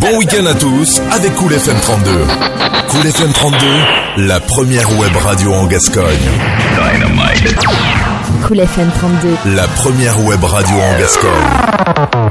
Bon week-end à tous avec Cool FM 32. Cool FM 32, la première web radio en Gascogne. Cool FM 32. La première web radio en Gascogne.